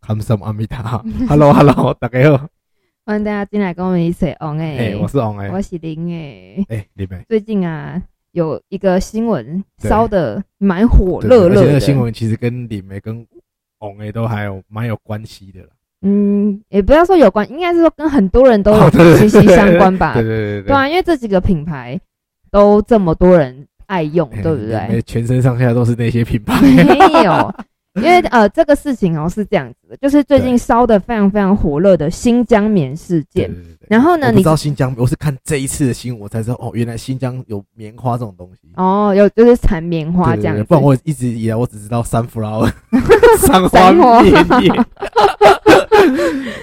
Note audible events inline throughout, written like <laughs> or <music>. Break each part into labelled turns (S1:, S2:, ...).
S1: 喊什么阿弥陀 <laughs> 哈？Hello Hello，大家好，
S2: 欢迎大家进来跟我们一起玩
S1: 哎、
S2: 诶，
S1: 我是王哎、
S2: 我是林诶。
S1: 哎、李梅，
S2: 最近啊，有一个新闻
S1: 对
S2: 烧的蛮火
S1: 对
S2: 热
S1: 而且那
S2: 热
S1: 个新
S2: 的，
S1: 闻其实跟李梅跟王哎都还有蛮有关系的啦。
S2: 嗯，也不要说有关，应该是说跟很多人都
S1: 哦
S2: 有
S1: <laughs> 对对
S2: 息息
S1: 对
S2: 相关吧
S1: 对。对对
S2: 对啊，因为这几个品牌都这么多人爱用，
S1: 哎
S2: 对不
S1: 李梅
S2: 对？
S1: 全身上下都是那些品
S2: <laughs>
S1: 牌。
S2: 没有，因为呃，这个事情哦是这样子的，就是最近烧的非常非常火热的新疆棉事
S1: 对
S2: 件
S1: 对。对对
S2: 然后呢
S1: 我不
S2: 你
S1: 知道新疆，我是看这一次的新闻我才知道哦，原来新疆有棉花这种东西。
S2: 哦，有就是缠棉花
S1: 对
S2: 这
S1: 对
S2: 样
S1: 对
S2: 子，
S1: 不然我一直以来我只知道
S2: <laughs>
S1: sunflower，三花
S2: 三花
S1: 棉 <laughs> 叶。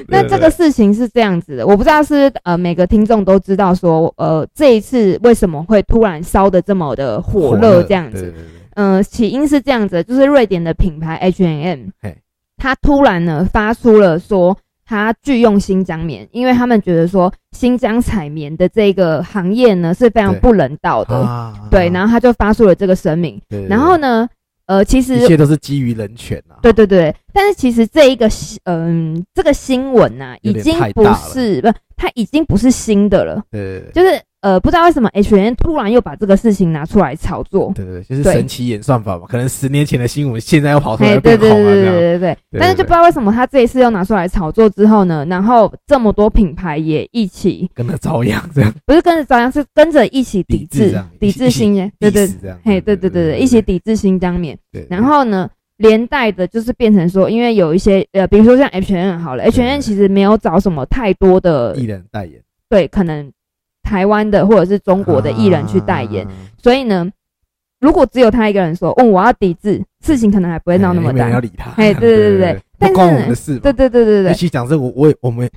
S2: 那
S1: 对
S2: 这个事情是这样子的，我不知道是呃每个听众都知道说，呃这一次为什么会突然烧的这么的火热这样，
S1: 对对对
S2: 子？
S1: 对对对
S2: 嗯、起因是这样子的，就是瑞典的品牌 H&M，
S1: 嘿
S2: 它突然呢发出了说它拒用新疆棉，因为他们觉得说新疆采棉的这个行业呢是非常
S1: 对
S2: 不人道的，
S1: 啊
S2: 哦对，然后他就发出了这个声明，
S1: 对对对
S2: 然后呢，呃其实
S1: 一切都是基于人权啊。
S2: 对对对，但是其实这一个新嗯，这个新闻呐、
S1: 有
S2: 已
S1: 点
S2: 经
S1: 太
S2: 不
S1: 大了
S2: 是不，它已经不是新的了，
S1: 对对对
S2: 就是呃，不知道为什么 H N 突然又把这个事情拿出来炒作。
S1: 对对对，就是
S2: 对
S1: 神奇演算法嘛，可能十年前的新闻现在哦又跑出来
S2: 哎对
S1: 变
S2: 对
S1: 红
S2: 对
S1: 了
S2: 对
S1: 这样。
S2: 对对
S1: 对
S2: 但是就不知道为什么他这一次又拿出来炒作之后呢，然后这么多品牌也一起，
S1: 跟着遭殃这样，
S2: 不是跟着朝阳，是跟着一起
S1: 抵
S2: 抵
S1: 制这
S2: 制
S1: 样一
S2: 抵
S1: 起
S2: 制
S1: 一起
S2: 新疆，对对
S1: 历，史这样。
S2: 嘿，对对对对，一起抵制新疆棉。
S1: 对。
S2: 然后呢，连带的就是变成说，因为有一些呃，比如说像 H N 好了
S1: 对
S2: ，H
S1: 对
S2: N 其实没有找什么太多的
S1: 艺人代言，
S2: 对，可能台湾的或者是中国的艺人去代言，
S1: 啊
S2: 所以呢，如果只有他一个人说，哦，我要抵制，事情可能还不会闹那么
S1: 哎没人要
S2: 大。
S1: 理他。
S2: 哎对对对对但
S1: 不
S2: 是
S1: 关我们的事嘛。
S2: 对对对对
S1: 尤
S2: 对，
S1: 其讲这，我我也我们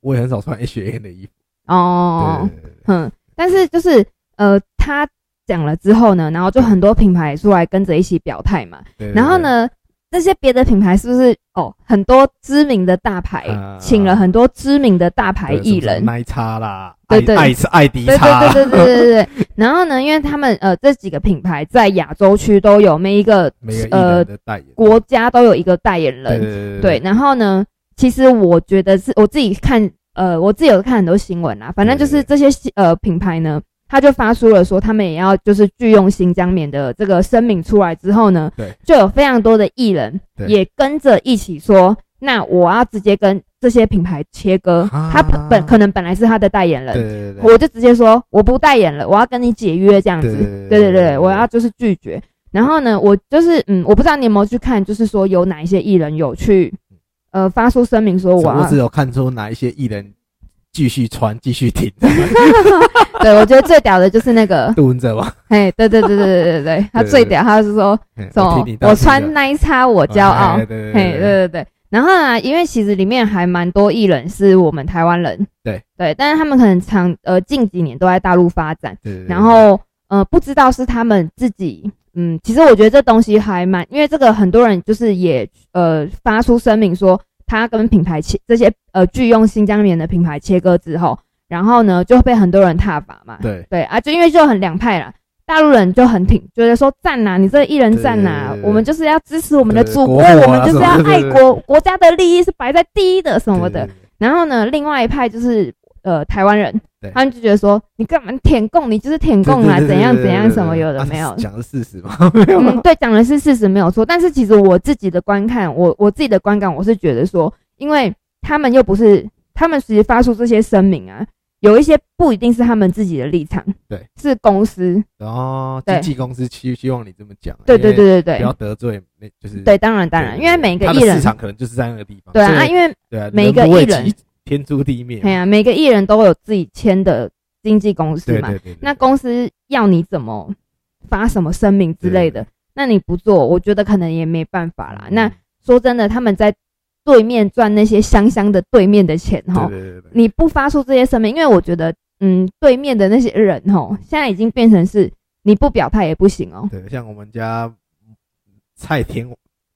S1: 我也很少穿 H A N 的衣服。
S2: 哦，
S1: 对对对
S2: 嗯，但是就是呃，他讲了之后呢，然后就很多品牌也出来跟着一起表态嘛，
S1: 对对
S2: 然后？呢，这些别的品牌是不是哦，很多知名的大牌、
S1: 啊
S2: 请了很多知名的大牌
S1: 对
S2: 艺人，
S1: 奶茶啦，
S2: 对对
S1: 爱爱吃爱迪
S2: 对对
S1: 茶，
S2: 对对对对对对。 <laughs> 然后呢，因为他们呃这几个品牌在亚洲区都有每一个
S1: 每个艺
S2: 呃
S1: 人的代言。
S2: 国家都有一个代言人，
S1: 对
S2: 对。然后呢，其实我觉得是我自己看呃我自己有看很多新闻啦，反正就是这些呃品牌呢。他就发出了说，他们也要就是拒用新疆棉的这个声明出来之后呢，
S1: 对，
S2: 就有非常多的艺人
S1: 对
S2: 也跟着一起说，那我要直接跟这些品牌切割。
S1: 啊
S2: 他本本可能本来是他的代言
S1: 对
S2: 人，
S1: 对对对，
S2: 我就直接说我不代言了，我要跟你解约这样子
S1: 对对对。
S2: <laughs> 对对
S1: 对对
S2: 对，我要就是拒绝。然后呢，我就是嗯，我不知道你有没有去看，就是说有哪一些艺人有去
S1: 嗯
S2: 呃发出声明说我
S1: 我
S2: 要
S1: 只，有看出哪一些艺人继续穿、继续挺，，
S2: <laughs> 对我觉得最屌的就是那个 <laughs>
S1: 杜文泽吧。
S2: 哎，对对对对对对对，他
S1: 对对
S2: 最屌，他是说
S1: 嘿
S2: 什么
S1: 挺你？到
S2: 我
S1: 现在
S2: 穿奶叉我骄傲
S1: 哎，对对
S2: 嘿，对
S1: 对对
S2: 对对。然后啊，因为其实里面还蛮多艺人是我们台湾人，
S1: 对
S2: 对，但是他们可能长呃近几年都在大陆发展，
S1: 对对，
S2: 然后呃不知道是他们自己，嗯，其实我觉得这东西还蛮，因为这个很多人就是也呃发出声明说，他跟品牌切这些呃拒用新疆棉的品牌切割之后，然后呢就被很多人挞伐嘛，
S1: 对
S2: 对啊，就因为就很两派啦。大陆人就很挺，觉得说赞呐、你这个艺人赞呐、
S1: 对对对对
S2: 我们就是要支持我们的
S1: 对
S2: 祖
S1: 国货
S2: 国，
S1: 啊
S2: 我们就是要
S1: 什么
S2: 爱
S1: 对对对
S2: 国，国家的利益是摆在第一的什
S1: 对
S2: 么的。
S1: 对对
S2: 然后呢，另外一派就是呃台湾人
S1: 对，
S2: 他们就觉得说你干嘛你舔共，你就是舔共啊，
S1: 对对对对
S2: 怎样
S1: 对对
S2: 怎样
S1: 对
S2: 什么
S1: 对
S2: 有
S1: <laughs>
S2: 的
S1: 啊
S2: 没有。
S1: 讲的事实 <laughs> 嘛，没有
S2: 嗯，
S1: 啦。
S2: 对，讲的是事实没有错，但是其实我自己的观看，我我自己的观感，我是觉得说，因为他们又不是他们其实发出这些声明啊，有一些不一定是他们自己的立场，
S1: 对，
S2: 是公司，
S1: 然后
S2: 对
S1: 哦经纪公司希希望你这么讲，啊
S2: 对
S1: 因
S2: 对
S1: 为
S2: 对对
S1: 不
S2: 对
S1: 要，得罪那就是
S2: 对，当然当然，因为每个
S1: 他
S2: 艺
S1: 的
S2: 人
S1: 市，场可能就是在那个地方，
S2: 对啊，
S1: 所以
S2: 啊因为
S1: 对啊，
S2: 每一个
S1: 人不为
S2: 艺人
S1: 己天诛地灭嘛，
S2: 哎呀，每个艺人都有自己签的经纪公司
S1: 对
S2: 嘛
S1: 对，对，对
S2: 那公司要你怎么发什么声明之类的
S1: 对，嗯
S2: 那你不做，我觉得可能也没办法啦。那说真的，他们在对面赚那些香香的对面的钱
S1: 对
S2: 哈，
S1: 对对对对，
S2: 你不发出这些声明，因为我觉得，嗯，对面的那些人哈，现在已经变成是你不表态也不行哦。
S1: 对，像我们家蔡天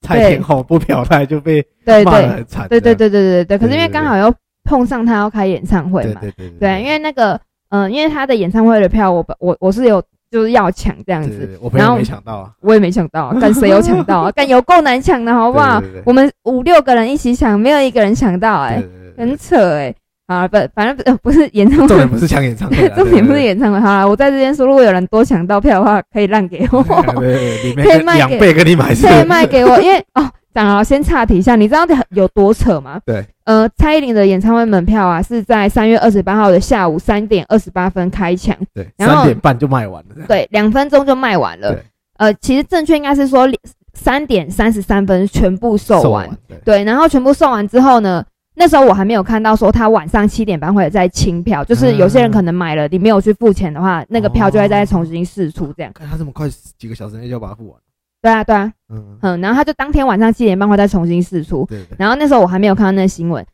S1: 蔡天后不表态就被
S2: 对
S1: 骂得
S2: 对
S1: 很惨，
S2: 对对
S1: 这样
S2: 对对对对。可是因为
S1: 对对对
S2: 刚好又碰上他要开演唱会嘛，啊
S1: 对对对
S2: 呃对，因为那个，嗯、因为他的演唱会的票我，我我是有就是要抢这样
S1: 对对
S2: 子。
S1: 对，我朋
S2: 然
S1: 友
S2: 后
S1: 没抢到啊，
S2: 我也没抢
S1: <laughs>
S2: 到、啊，但谁有抢到啊？但有够难抢的好不好？
S1: 对对对对
S2: 我们五六个人一起抢，没有一个人抢到、哎
S1: 对，对对对
S2: 很扯哎、啊，不，反正不、呃不是演唱
S1: 重
S2: 会
S1: 点，不是抢演
S2: <laughs>
S1: 唱会啊，
S2: 重点不是
S1: 演
S2: 演唱会。好了，我在这边说，如果有人多抢到票的话，可以让给我，
S1: 唱会， <laughs> 对对对，里面
S2: 可以
S1: 跟
S2: 卖给
S1: 两倍跟你买是
S2: 可以卖给我，因为哦，讲了，先岔题一下，你知道这有多扯吗？
S1: 对，
S2: 呃，蔡依林的演唱会门票啊，是在三月二十八号的下午三点二十八分开抢，
S1: 对，
S2: 然后
S1: 三点半就卖完了， <laughs> 这样
S2: 对，两分钟就卖完了
S1: 对。
S2: 呃，其实正确应该是说三点三十三分全部售
S1: 售
S2: 完，，
S1: 对
S2: 对，然后全部送完之后呢，那时候我还没有看到说他晚上七点半会再清票，就是有些人可能买了，你没有去付钱的话，那个票就会再重新试出这样。
S1: 看他这么快几个小时内就要把它付完，
S2: 对啊，对啊，
S1: 嗯，
S2: 嗯，然后他就当天晚上七点半会再重新试出，
S1: 对对，
S2: 然后那时候我还没有看到那个新闻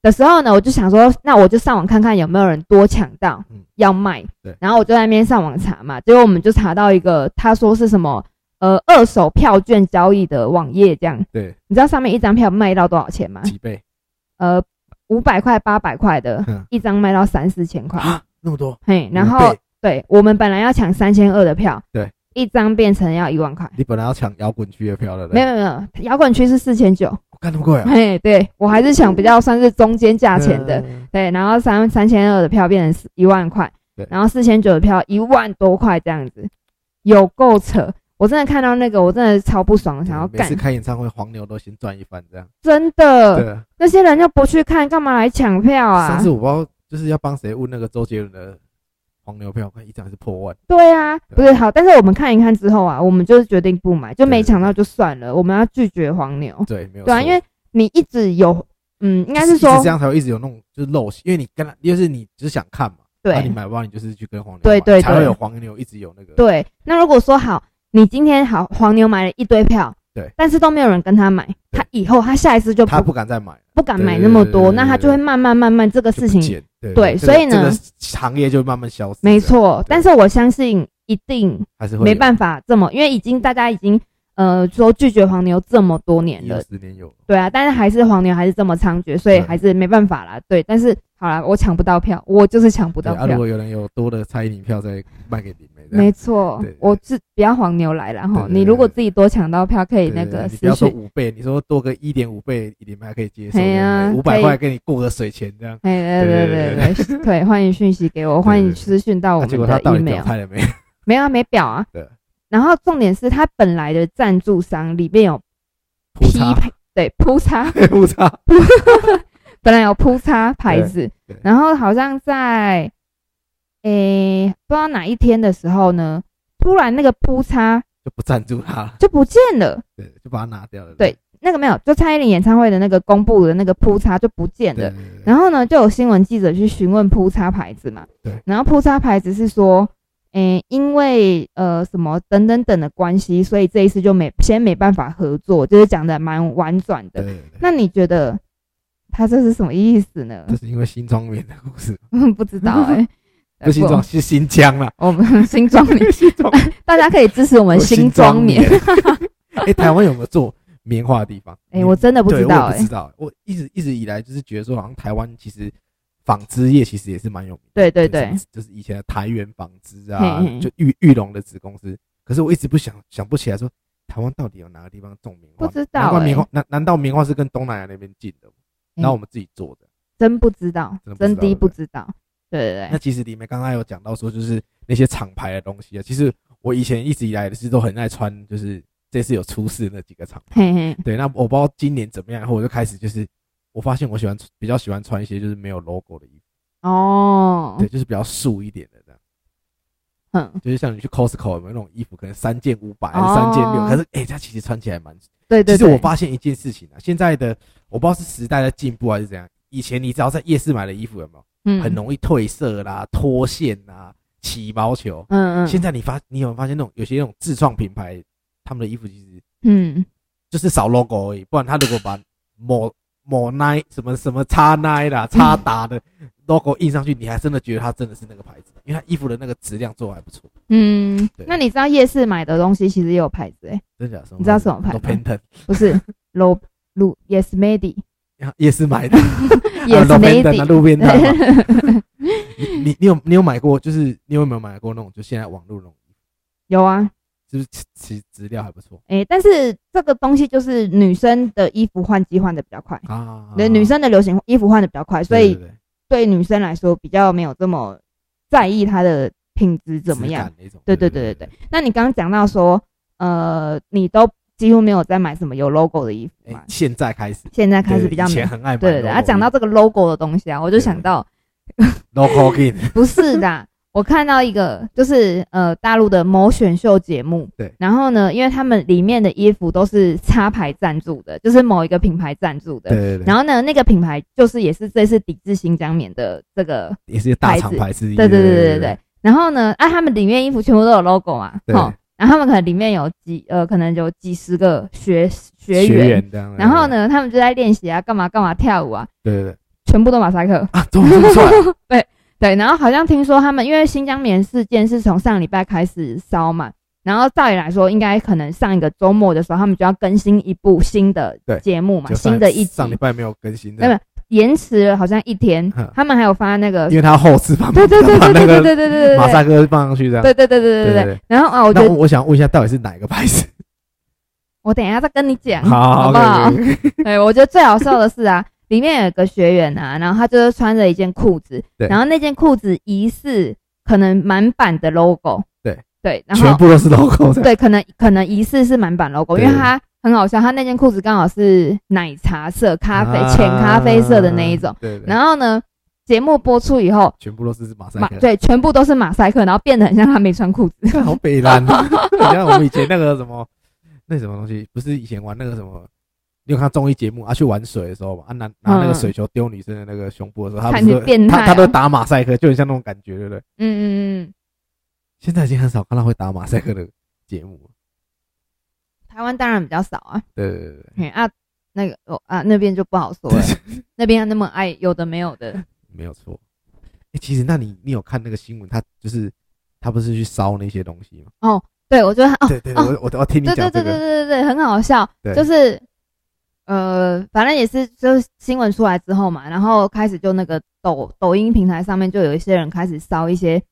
S2: 的时候呢，我就想说，那我就上网看看有没有人多抢到
S1: 嗯
S2: 要卖
S1: 对。
S2: 然后我就在那边上网查嘛，结果我们就查到一个他说是什么呃二手票券交易的网页这样。
S1: 对，
S2: 你知道上面一张票卖到多少钱吗？
S1: 几倍
S2: 呃五百块、八百块的
S1: 嗯，
S2: 一张卖到三四千块，
S1: 啊，那么多，
S2: 嘿，然
S1: 两
S2: 后
S1: 倍
S2: 对我们本来要抢三千二的票，
S1: 对，
S2: 一张变成要一万块，
S1: 你本来要抢摇滚区的票的，
S2: 没有没有没有，摇滚区是四千九，
S1: 我看那么贵啊，
S2: 嘿，对我还是抢比较算是中间价钱的，
S1: 嗯，
S2: 对，然后三三千二的票变成一万块
S1: 对，
S2: 然后四千九的票一万多块这样子，有够扯。我真的看到那个，我真的超不爽，想要
S1: 每
S2: 干
S1: 次，开演唱会黄牛都先赚一番这样，
S2: 真的，
S1: 对，啊
S2: 那些人就不去看，干嘛来抢票啊
S1: 上？次我不知道就是要帮谁问那个周杰伦的黄牛票，我看一张是破万，
S2: 对啊，
S1: 对
S2: 不是好，但是我们看一看之后啊，我们就是决定不买，就没
S1: 对对
S2: 抢到就算了，我们要拒绝黄牛。
S1: 对，没有
S2: 对啊，
S1: 错
S2: 因为你一直有，嗯，应该是
S1: 就一
S2: 说
S1: 直这样才会一直有那种就是陋习，因为你跟他，就是你只是想看嘛，
S2: 对、
S1: 啊你买不到，你就是去跟黄牛买，
S2: 对对
S1: 才会
S2: 对
S1: 有黄牛一直有那个，
S2: 对。那如果说好，你今天好黄牛买了一堆票，
S1: 对
S2: 但是都没有人跟他买，他以后他下一次就
S1: 他
S2: 不
S1: 不敢再买了，
S2: 不敢
S1: 对
S2: 买
S1: 对
S2: 那么
S1: 对
S2: 多，
S1: 对
S2: 那
S1: 对
S2: 他就会慢慢慢慢这个
S1: 就
S2: 事
S1: 不
S2: 情，
S1: 见对
S2: 对
S1: 这
S2: 所
S1: 个这
S2: 以呢
S1: 个行业就会慢慢消失，
S2: 没，错。
S1: 对
S2: 但是我相信一定
S1: 还是会
S2: 没
S1: 法，
S2: 办法这么，因为已经大家已经呃说拒绝黄牛这么多年
S1: 一
S2: 了
S1: 二，十年有，
S2: 对啊，但是还是黄牛还是这么猖獗，所以
S1: 对
S2: 还是没办法啦。对，但是好啦，我抢不到票，我就是抢
S1: 嗯
S2: 不
S1: 对
S2: 到
S1: 啊，如
S2: 票。
S1: 果有人有多的蔡依林票再卖给你妹，这样
S2: 没错
S1: 对对，
S2: 我是不要黄牛来了哈
S1: 对。对对
S2: 你如果
S1: 对
S2: 自己多抢到票，可以
S1: 对
S2: 那
S1: 对
S2: 个
S1: 对你不要
S2: 私
S1: 说
S2: 讯。
S1: 五倍，你说多个一点五倍，你们还可以接受，
S2: 嘿啊
S1: 五
S2: 可
S1: 百
S2: 以
S1: 块给你过个水钱这样，
S2: 哎，对对对对对， <laughs> 对，欢迎讯息给我，欢迎私讯哦到我
S1: 啊结
S2: 们
S1: 果他
S2: 的
S1: 到底表
S2: email。
S1: 态了没？ <laughs>
S2: 没有啊，没表啊。
S1: 对。
S2: 然后重点是他本来的赞助商里面有
S1: 不
S2: 批
S1: 差， <laughs>
S2: 配，对铺叉， <laughs>
S1: 不差，
S2: 本来有铺叉牌子
S1: 对对，
S2: 然后好像在诶、不知道哪一天的时候呢，突然那个铺叉
S1: 就不赞助他了，
S2: 就不见了。
S1: 对，就把它拿掉了，
S2: 对那个没有，就蔡依林演唱会的那个公布的那个铺叉就不见
S1: 对
S2: 了。
S1: 对，对
S2: 然后呢，就有新闻记者去询问铺叉牌子嘛，
S1: 对，
S2: 然后铺叉牌子是说，诶、因为呃什么等等等的关系，所以这一次就没先没办法合作，就是讲的蛮婉转
S1: 对
S2: 的。
S1: 对对，
S2: 那你觉得他这是什么意思呢？
S1: 这是因为新庄园的故事，
S2: <laughs> 不知
S1: <laughs>
S2: 道哎、
S1: 不是新庄是新疆啦，
S2: 我们 <laughs> 哦新
S1: <laughs>
S2: 庄棉，
S1: 新庄
S2: 大家可以支持我们新庄棉。。
S1: <laughs> 哎，台湾有没有做棉花的地方？
S2: 哎、我真的不
S1: 对
S2: 知道
S1: 我也
S2: 哎、
S1: 不知道，我一直一直以来就是觉得说，好像台湾其实纺织业其实也是蛮有名的，
S2: 对对
S1: 就是
S2: 对，
S1: 就是以前的台源纺织啊
S2: 嘿嘿，
S1: 就玉玉龙的子公司，可是我一直不想想不起来说。台湾到底有哪个地方种棉花？
S2: 不知道嗯
S1: 难怪棉
S2: 哎
S1: 花难难道棉花是跟东南亚那边进的？然后我们自己做的。
S2: 真不知道
S1: 真的，不知道
S2: 真的
S1: 对不
S2: 不
S1: 对
S2: 知道。对对
S1: 那
S2: 对，
S1: 其实里面刚刚有讲到说，就是那些厂牌的东西啊，其实我以前一直以来是都很爱穿，就是这次有出事那几个厂。
S2: 嘿嘿，
S1: 对，那我不知道今年怎么样，然后我就开始就是，我发现我喜欢比较喜欢穿一些就是没有 logo 的衣服，
S2: 哦
S1: 对，，就是比较素一点的这样。
S2: 嗯，
S1: 就是像你去 Costco 有没有那种衣服，可能三件五百还
S2: 哦
S1: 是三件六，可是哎、它其实穿起来蛮。
S2: 对对
S1: 其实我
S2: 对，
S1: 发现一件事情啊，现在的我不知道是时代在进步还是怎样，以前你只要在夜市买的衣服有没有，
S2: 嗯
S1: 很容易褪色啦、脱线啦、起毛球。
S2: 嗯嗯，
S1: 现在你发，你有没有发现那种有些那种自创品牌，他们的衣服其实
S2: 嗯，
S1: 就是少 logo 而已，不然他如果把某某奈什么什么叉奈
S2: 嗯
S1: 啦、叉达的 logo 印上去，你还真的觉得它真的是那个牌子，因为它衣服的那个质量做得还不错。
S2: 嗯
S1: 对，
S2: 那你知道夜市买的东西其实也有牌子
S1: <laughs>
S2: 诶、
S1: 真假的什么？
S2: 你知道什么牌吗
S1: p e n t o n
S2: 不是 Lo Lu Yes Medi
S1: 夜市啊买
S2: <laughs>
S1: 的
S2: Yes
S1: 路边摊啊，
S2: Medi，
S1: 路边
S2: <laughs>
S1: 摊嘛。你你你有你有买过？就是你有没有买过那种就现在网络那种？
S2: 有啊，
S1: 就是其其实质量还不错
S2: 诶、但是这个东西就是女生的衣服换季换的比较快，
S1: 啊。
S2: 哎对，女生的流行衣服换的比较快，所
S1: 对
S2: 以
S1: 对对
S2: 对女生来说比较没有这么在意它的品质怎么
S1: 质
S2: 样。
S1: 感那种？
S2: 对对对对对。那你刚刚讲到说，呃，你都几乎没有在买什么有 logo 的衣服嘛
S1: 哎，？现在开始
S2: 现在开始比较
S1: 对以
S2: 没
S1: 前。很爱买。
S2: 对对对，啊，讲到这个 logo 的东西啊，我就
S1: 对
S2: 想到
S1: logo in，
S2: <laughs> 不是
S1: <laughs>
S2: 的，我看到一个就是呃大陆的某选秀节目，
S1: 对，
S2: 然后呢，因为他们里面的衣服都是插牌赞助的，就是某一个品牌赞助
S1: 对
S2: 的。
S1: 对对，
S2: 然
S1: 后
S2: 后呢，那个品牌就是也是这次抵制新疆棉的这个，
S1: 也是大厂牌之一。
S2: 对对对对对对。然后呢，啊，他们里面衣服全部都有 logo 嘛，
S1: 对
S2: 齁然后他们可能里面有几呃，可能有几十个学
S1: 学
S2: 学员，
S1: 员这样。
S2: 然后？呢，他们就在练习啊，干嘛干嘛跳舞啊，
S1: 对对对
S2: 全部都马赛克。
S1: 啊，这么这么帅
S2: 对，然后好像听说他们因为新疆棉事件是从上礼拜开始烧嘛，然后照理来说，应该可能上一个周末的时候，他们就要更新一部新的
S1: 对
S2: 节目嘛，
S1: 就上
S2: 新的一集
S1: 上礼拜没有更新
S2: 没有
S1: 的，
S2: 延迟了好像一天
S1: 嗯，
S2: 他们还有发那个
S1: 因，为他后置版
S2: 对对对
S1: 把
S2: 对
S1: 那
S2: 对对
S1: 个
S2: 对对对对
S1: 马赛克放上去这样。
S2: 对对对对对对对
S1: 对。
S2: 然后啊，我觉
S1: 那
S2: 得
S1: 我我想问一下，到底是哪一个牌子？
S2: 我等一下再跟你讲，
S1: 好
S2: 不好？
S1: OK，OK，OK
S2: <laughs> 对，我觉得最好笑的是啊，里面有个学员啊，然后他就是穿着一件裤子，
S1: 对
S2: 然后那件裤子疑似可能满版的 logo，
S1: 对
S2: 对，然
S1: 全
S2: 后
S1: 部都是 logo 这样。
S2: 对，可能可能疑似是满版 logo，因为
S1: 对
S2: 他很好笑，他那件裤子刚好是奶茶色、咖啡、
S1: 啊
S2: 浅咖啡色的那一种，，
S1: 对对，
S2: 然后呢，节目播出以后。
S1: 全部都是马赛
S2: 马
S1: 克，
S2: 对，全部都是马赛克，然后变得很像他没穿裤子。
S1: 看好北蓝，啊
S2: <laughs>
S1: 你看我们以前那个什么，那什么东西，不是以前玩那个什么，你有看综艺节目啊？去玩水的时候嘛，啊拿拿那个水球丢女生的那个胸部的时候，他
S2: 嗯看起来
S1: 不
S2: 变
S1: 是
S2: 态
S1: 他他都
S2: 哦
S1: 打马赛克，就很像那种感觉，对不对？
S2: 嗯嗯嗯，
S1: 现在已经很少看到会打马赛克的节目了，
S2: 台湾当然比较少啊。
S1: 对对对对，
S2: 嘿啊，那个哦啊，那边就不好说了，那边那么爱有的没有的。
S1: 没有错。哎，其实那你你有看那个新闻，他就是他不是去烧那些东西吗？
S2: 对，我觉得哦，
S1: 对对，对我我我要听你
S2: 对对
S1: 讲
S2: 对
S1: 这
S2: 对
S1: 个，
S2: 对对对，很好笑，
S1: 对
S2: 就是呃，反正也是就是新闻出来之后嘛，然后开始就那个抖抖音平台上面就有一些人开始烧一些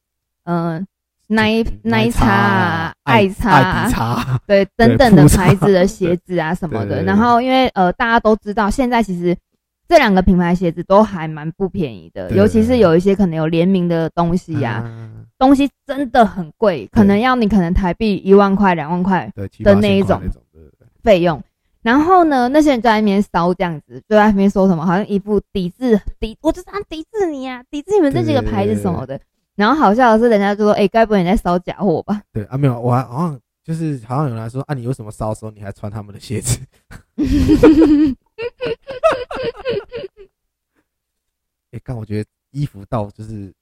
S2: 嗯、呃、奶奶茶啊、爱
S1: 茶啊、爱
S2: 茶啊
S1: 迪
S2: <laughs>
S1: 茶，
S2: 对等
S1: 对
S2: 等的
S1: 裤衩
S2: 牌子的鞋子啊什么
S1: 对
S2: 的。
S1: 对对
S2: 然后因为呃大家都知道，现在其实这两个品牌鞋子都还蛮不便宜的，
S1: 对
S2: 尤其是有一些可能有联名的东西啊，
S1: 啊，
S2: 东西真的很贵，可能要你可能台币一万块、两万块
S1: <laughs> 对七
S2: 的
S1: 八
S2: 那
S1: 千
S2: 一
S1: 块
S2: 种
S1: 那种，对对对，
S2: 费用。然后呢，那些人就在那边烧这样子，就在那边说什么，好像一副抵制抵，我就是要抵制你啊，抵制你们这几个牌子什么的。然后好笑的是，人家就说：“哎、该不会你在烧假货吧
S1: 对啊，没有，我还好像就是好像有人来说啊，你为什么烧的时候你还穿他们的鞋子？ <laughs> 哎、但我觉得衣服倒就是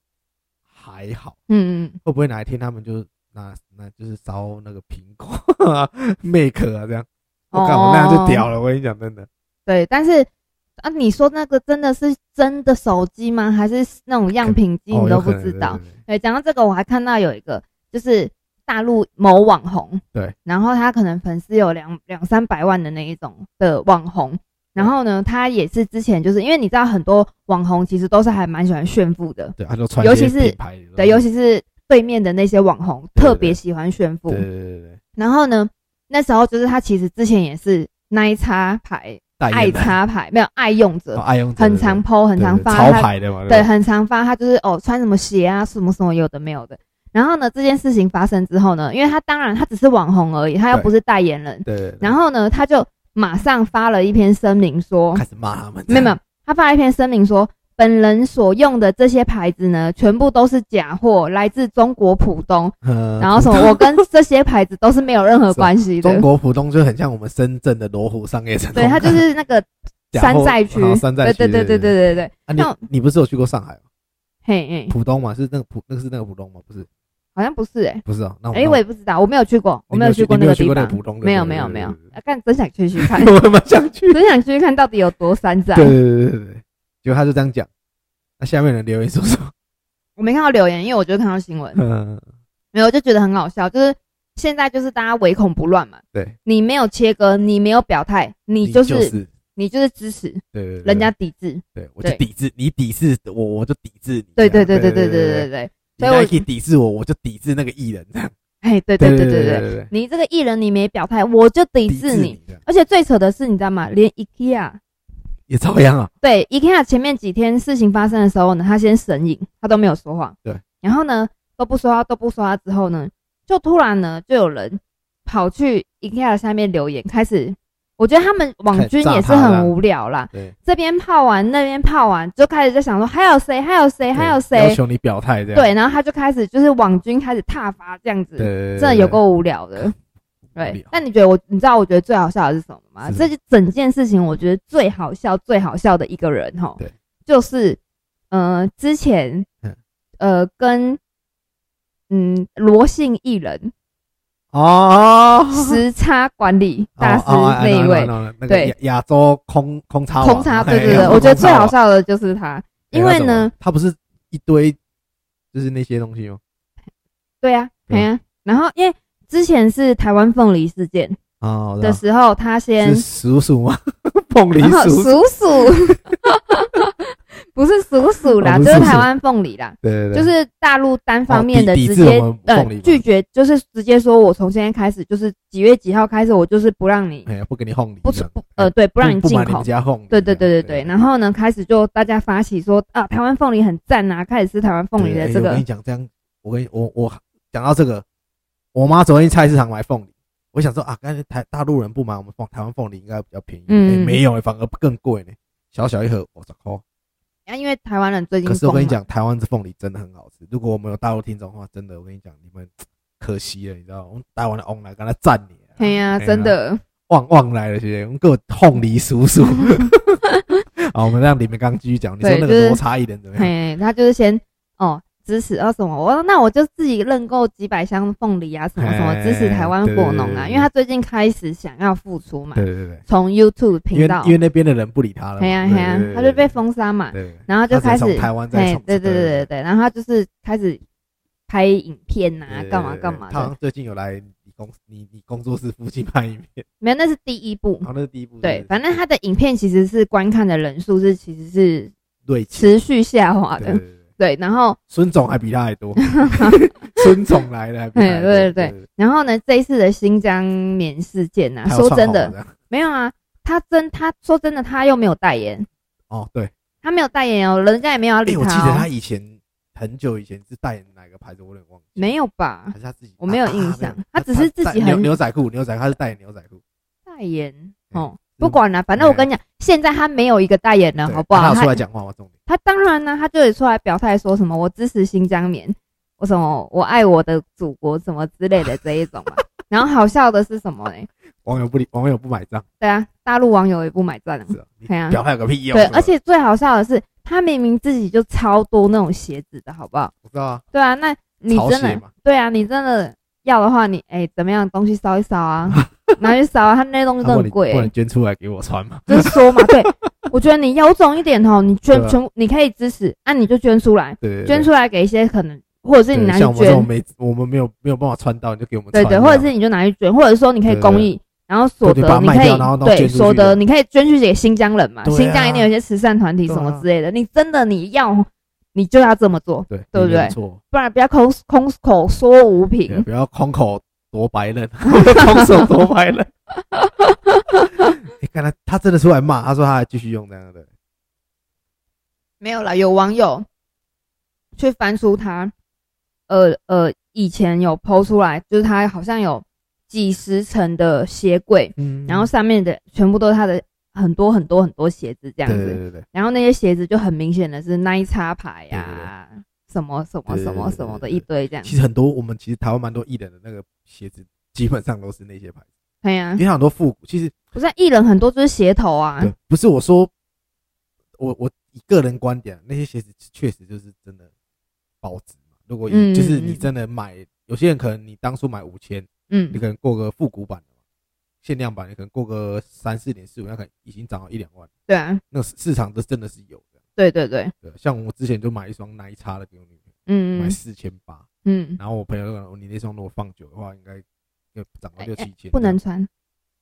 S1: 还好，？”
S2: 嗯，嗯
S1: 会不会哪一天他们就拿那就是烧那个苹果 <laughs> make 啊这样？我靠，我那样就屌
S2: 哦。
S1: 了！我跟你讲，真的，
S2: 对，但是啊，你说那个真的是真的手机吗？还是那种样品机？
S1: 哦有
S2: 你都
S1: 可
S2: 不
S1: 能
S2: 知道。
S1: 对对对
S2: 对，讲到这个，我还看到有一个就是大陆某网红，
S1: 对，
S2: 然后他可能粉丝有两两三百万的那一种的网红，然后呢，他也是之前就是因为你知道很多网红其实都是还蛮喜欢炫富的，
S1: 对，他就穿一
S2: 尤
S1: 些
S2: 其是
S1: 品牌的东西，
S2: 对，尤其是对面的那些网红
S1: 对
S2: 特别喜欢炫富
S1: 对，对对对，
S2: 然后呢，那时候就是他其实之前也是奶茶牌、
S1: 代
S2: 爱
S1: 言的
S2: 茶牌没有爱用
S1: 哦
S2: 者，
S1: 爱用者
S2: 很常 PO 很
S1: 对
S2: 常
S1: 对
S2: 发
S1: 潮
S2: 他
S1: 牌的嘛，
S2: 对，
S1: 不
S2: 很常发，他就是哦穿什么鞋啊，什么什么有的没有的。然后呢，这件事情发生之后呢，因为他当然他只是网红而已，他又
S1: 对
S2: 不是代言人。
S1: 对对，对
S2: 然后呢，他就马上发了一篇声明说，
S1: 开始骂他们，
S2: 没有没有，他发了一篇声明说，本人所用的这些牌子呢，全部都是假货，来自中国浦东，
S1: 嗯，
S2: 然后什么，我跟这些牌子都是没有任何关系
S1: <laughs> 中
S2: 的。
S1: 国浦东就很像我们深圳的罗湖商业城，
S2: 对，他就是那个
S1: 假
S2: 山
S1: 货 <laughs>
S2: 寨区
S1: 哦，山寨
S2: 对
S1: 区，
S2: 对对对
S1: 对。
S2: 对对对，
S1: 啊，
S2: 那
S1: 你你不是有去过上海吗
S2: 嘿嘿，
S1: 浦东嘛？是那个浦，那个是那个浦东吗？不是，
S2: 好像不是哎、
S1: 不是哦。那我
S2: 哎、我也不知道，我没有去过，我
S1: 你没
S2: 有
S1: 有去
S2: 过
S1: 你
S2: 那
S1: 没有
S2: 个
S1: 去
S2: 地
S1: 过那
S2: 方
S1: 个浦东，
S2: 没有
S1: 对
S2: 没有
S1: 对
S2: 没有
S1: 对对，
S2: 啊干真想去去看， <laughs>
S1: 对我蛮想去。
S2: 真想去去看到底有多山寨
S1: 对。对对对对，结果他就这样讲，那下面人留言说什么？
S2: 我没看到留言，因为我就看到新闻，
S1: 嗯，
S2: 没有我就觉得很好笑，就是现在就是大家唯恐不乱嘛，
S1: 对，
S2: 你没有切割，你没有表态，你就是
S1: 对
S2: 你就是支持
S1: 对对，
S2: 人家抵制，
S1: 对我就
S2: 对
S1: 抵制你，抵制我，我就抵制你。
S2: 对
S1: 这
S2: 对
S1: 样对
S2: 对对对对
S1: 对
S2: 对对，
S1: 你
S2: 所以我
S1: Nike 抵制我，我就抵制那个艺人这样。
S2: 哎，对对
S1: 对
S2: 对
S1: 对
S2: 对对，
S1: 对对，
S2: 你这个艺人你没表态，我就抵制你。
S1: 这样
S2: 而且最扯的是，你知道吗？连 IKEA
S1: 也遭殃啊，
S2: 对 IKEA 前面几天事情发生的时候呢，他先神隐，他都没有说话。
S1: 对，
S2: 然后呢都不说话，都不说话之后呢，就突然呢就有人跑去 IKEA 下面留言，开始。我觉得他们网军也是很无聊啦，
S1: 对，
S2: 这边泡完那边泡完，就开始在想说还有谁，还有谁，哎还有
S1: 对要
S2: 谁？
S1: 求你表态这样，
S2: 对，然后他就开始就是网军开始挞伐这样子，
S1: 对，对，
S2: 真的有够无聊的。
S1: 无
S2: 对
S1: 聊，
S2: 那你觉得我，你知道我觉得最好笑的是什么吗？
S1: 是什
S2: 这
S1: 么
S2: 就整件事情，我觉得最好笑、最好笑的一个人哈，
S1: 对，
S2: 就是呃之前
S1: 嗯
S2: 呃跟嗯罗姓艺
S1: <laughs>
S2: 人
S1: 哦，
S2: 时差管理 <laughs> 大师那一位
S1: 位，哦那个
S2: 对
S1: 亚亚洲空空差
S2: 空
S1: 差，
S2: 差，对对
S1: 嘿
S2: 对，
S1: 亚洲
S2: 我觉得最
S1: 空差哎
S2: 好
S1: 网
S2: 笑的就是他，因为呢，，
S1: 他不是一堆就是那些东西吗？
S2: 对呀，
S1: 嗯
S2: 哎呀，然后因为之前是台湾凤梨事件
S1: 啊，我知
S2: 的
S1: 道
S2: 时哦候，他先
S1: 是鼠鼠吗？ <laughs> 凤梨
S2: 然后
S1: 鼠，
S2: 啊鼠鼠， <laughs> 不是鼠鼠
S1: 哦
S2: 啦，
S1: 不
S2: 就是是
S1: 鼠鼠
S2: 台湾凤梨啦，
S1: 对对对，
S2: 就是大陆单方面的
S1: 哦抵
S2: 直
S1: 抵制
S2: 接
S1: 我们
S2: 呃
S1: 凤梨嘛
S2: 拒绝，就是直接说我从现在开始就是几月几号开始，我就是不让你
S1: 哎呀，不给你凤梨，
S2: 不
S1: 这样
S2: 不呃对，不
S1: 不
S2: 让你
S1: 不
S2: 进
S1: 买你
S2: 口
S1: 们。家凤梨，
S2: 对对
S1: 这
S2: 对对
S1: 样
S2: 对，然后呢，开始就大家发起说啊，台湾凤梨很赞啊，开始吃台湾凤梨
S1: 对
S2: 的
S1: 哎
S2: 这
S1: 我跟
S2: 个
S1: 你，讲，这样我跟你我我讲到这个，我妈昨天去菜市场买凤梨，我想说啊，刚才台大陆人不买我们凤台湾凤梨应该比较便宜，
S2: 嗯
S1: 哎没有，反而更贵呢，小小一盒五十块。
S2: 啊因为台湾人最近
S1: 哎可是我
S2: 疯
S1: 跟你
S2: 嘛，
S1: 讲，台湾这凤梨真的很好吃。如果我们有大陆听众的话，真的，我跟你讲，你们可惜了，你知道吗？我们台湾的翁来跟他赞你啊，
S2: 对呀，
S1: 嘿啊
S2: 真的，
S1: 旺旺来了，学姐，我们给我凤梨叔
S2: <laughs>
S1: 叔。好，我们让李明刚继续讲，你说
S2: 对
S1: 那
S2: 就
S1: 个
S2: 是
S1: 罗差一点怎么样？
S2: 嘿，他就是先哦支持啊什么，我那我就自己认购几百箱凤梨啊什么什么，
S1: 嘿
S2: 支持台湾果农
S1: 对对对
S2: 啊，
S1: 对
S2: 因为他最近开始想要复出嘛
S1: 对，对对，
S2: 从 YouTube
S1: 因
S2: 频
S1: 为
S2: 道
S1: 因，为那边的人不理他了嘛，
S2: 嘿呀嘿呀
S1: 对对对，
S2: 他就被封杀嘛，
S1: 对，对
S2: 然后就
S1: 他
S2: 开
S1: 只能
S2: 始
S1: 从台湾再
S2: 嘿
S1: 冲，，
S2: 对对对对对，然后他就是开始拍影片呐
S1: 对，对
S2: 干嘛
S1: 对对
S2: 干嘛
S1: 他好
S2: 的，
S1: 像最近有来你公你你工作室附近拍影片，
S2: 没有，那是第一步
S1: 然。后那是第一部，
S2: 对，反正他的影片其实是观看的人数是其实是
S1: 对
S2: 持续下滑
S1: 对对
S2: 的，
S1: 对对
S2: 对，然后
S1: 孙总还比他还
S2: <laughs>
S1: 多，孙总来了还比他还多。
S2: 哎对对然后呢，这一次的新疆棉事件呐、
S1: 他有
S2: 说
S1: 唱
S2: 真
S1: 好
S2: 的，
S1: 的，
S2: 没有啊，他真他说真的，他又没有代言，
S1: 哦对，
S2: 他没有代言哦，人家也没有要
S1: 哎，
S2: 理
S1: 我
S2: 他、
S1: 记
S2: 哦
S1: 得他以前很久以前是代言哪个牌子，我有点忘记。
S2: 没，有吧
S1: 还？是他自己？
S2: 我没有
S1: 啊
S2: 印
S1: 啊
S2: 象
S1: 没有
S2: 他只是自己
S1: 代言
S2: 很
S1: 牛牛仔裤，牛仔裤他是代言牛仔裤，
S2: 代言
S1: 嗯
S2: 哦，不管了、反正我跟你讲，现在他没有一个代言人，
S1: 对
S2: 啊
S1: 啊
S2: 好不好？
S1: 他有出
S2: 他
S1: 来讲话吗？重点
S2: 他当然呢、他就得出来表态说什么我支持新疆棉，我什么我爱我的祖国什么之类的这一
S1: <laughs>
S2: 种嘛。啊然后好笑的是什么呢？
S1: 网友不理，网友不买账，
S2: 对啊，大陆网友也不买账啊。
S1: 是啊，你
S2: 对啊
S1: 表态有个屁用。
S2: 对，
S1: 是吧
S2: 而且最好笑的是，他明明自己就超多那种鞋子的，好不好？
S1: 我知道啊，
S2: 对啊，那你
S1: 潮
S2: 真
S1: 鞋
S2: 的
S1: 嘛，
S2: 对啊，你真的要的话你，哎怎么样，东西烧一烧啊，拿去烧啊，他那些东西
S1: 他
S2: 都
S1: 不
S2: 很
S1: 能
S2: 贵、欸
S1: 不能捐出来给我穿嘛？
S2: 就是说嘛，对，我觉得你有种一点哦，你捐
S1: 对啊
S2: 全，你可以支持，啊，你就捐出来，
S1: 对，对对
S2: 捐出来给一些可能，或者是
S1: 对
S2: 你拿去
S1: 像我们这种
S2: 捐，
S1: 没我们没有没有办法穿到，你就给我们
S2: 对
S1: 穿
S2: 对，
S1: 这
S2: 或者
S1: 样
S2: 是你就拿去捐，或者说你可以
S1: 对对
S2: 公益。然后所
S1: 对对把它
S2: 得你
S1: 卖
S2: 可
S1: 掉
S2: 以
S1: 然后都捐
S2: 对
S1: 出去
S2: 所得
S1: 了
S2: 你可以捐去给新疆人嘛，
S1: 对啊
S2: 新疆一定有一些慈善团体
S1: 对
S2: 什
S1: 啊
S2: 么之类的，你真的你要你就要这么做，
S1: 对
S2: 对不
S1: 你没有
S2: 对
S1: 错，
S2: 不然不要空空口说无凭
S1: 对，。不要空口夺白刃， <laughs> 空手夺白刃。 <laughs> 你看他，他真的出来骂，他说他还继续用这样的，
S2: 没有啦，有网友去翻出他，呃呃，以前有剖出来，就是他好像有几十层的鞋柜，
S1: 嗯
S2: 然后上面的全部都是他的很多很多很多鞋子
S1: 对
S2: 这样
S1: 对
S2: 子，
S1: 对对，
S2: 然后那些鞋子就很明显的是耐擦牌呀、什么什么
S1: 对对
S2: 什么什么的
S1: 对对对
S2: 一堆这样，
S1: 其实很多我们其实台湾蛮多艺人的那个鞋子，基本上都是那些牌子，
S2: 对呀、
S1: 因为很多复古，其实
S2: 不是啊艺人很多就是鞋头嗯啊，
S1: 对，不是我说，我我以个人观点，那些鞋子确实就是真的保值嘛。如果
S2: 嗯
S1: 以就是
S2: 嗯
S1: 你
S2: 嗯
S1: 真的买，有些人可能你当初买五千，
S2: 嗯
S1: 你，可能过个复古版的嘛，限量版，你可能过个三四年、四五年，那可能已经涨到一两万。
S2: 对啊，
S1: 那市市场这真的是有的。
S2: 对对对，
S1: 对，啊像我之前就买一双奶茶的给我女朋友，
S2: 嗯
S1: 买
S2: 嗯
S1: 四千八，
S2: 嗯，
S1: 然后我朋友就跟我说，哦你那双如果放久的话，应该要涨到六七千，
S2: 哎不能穿，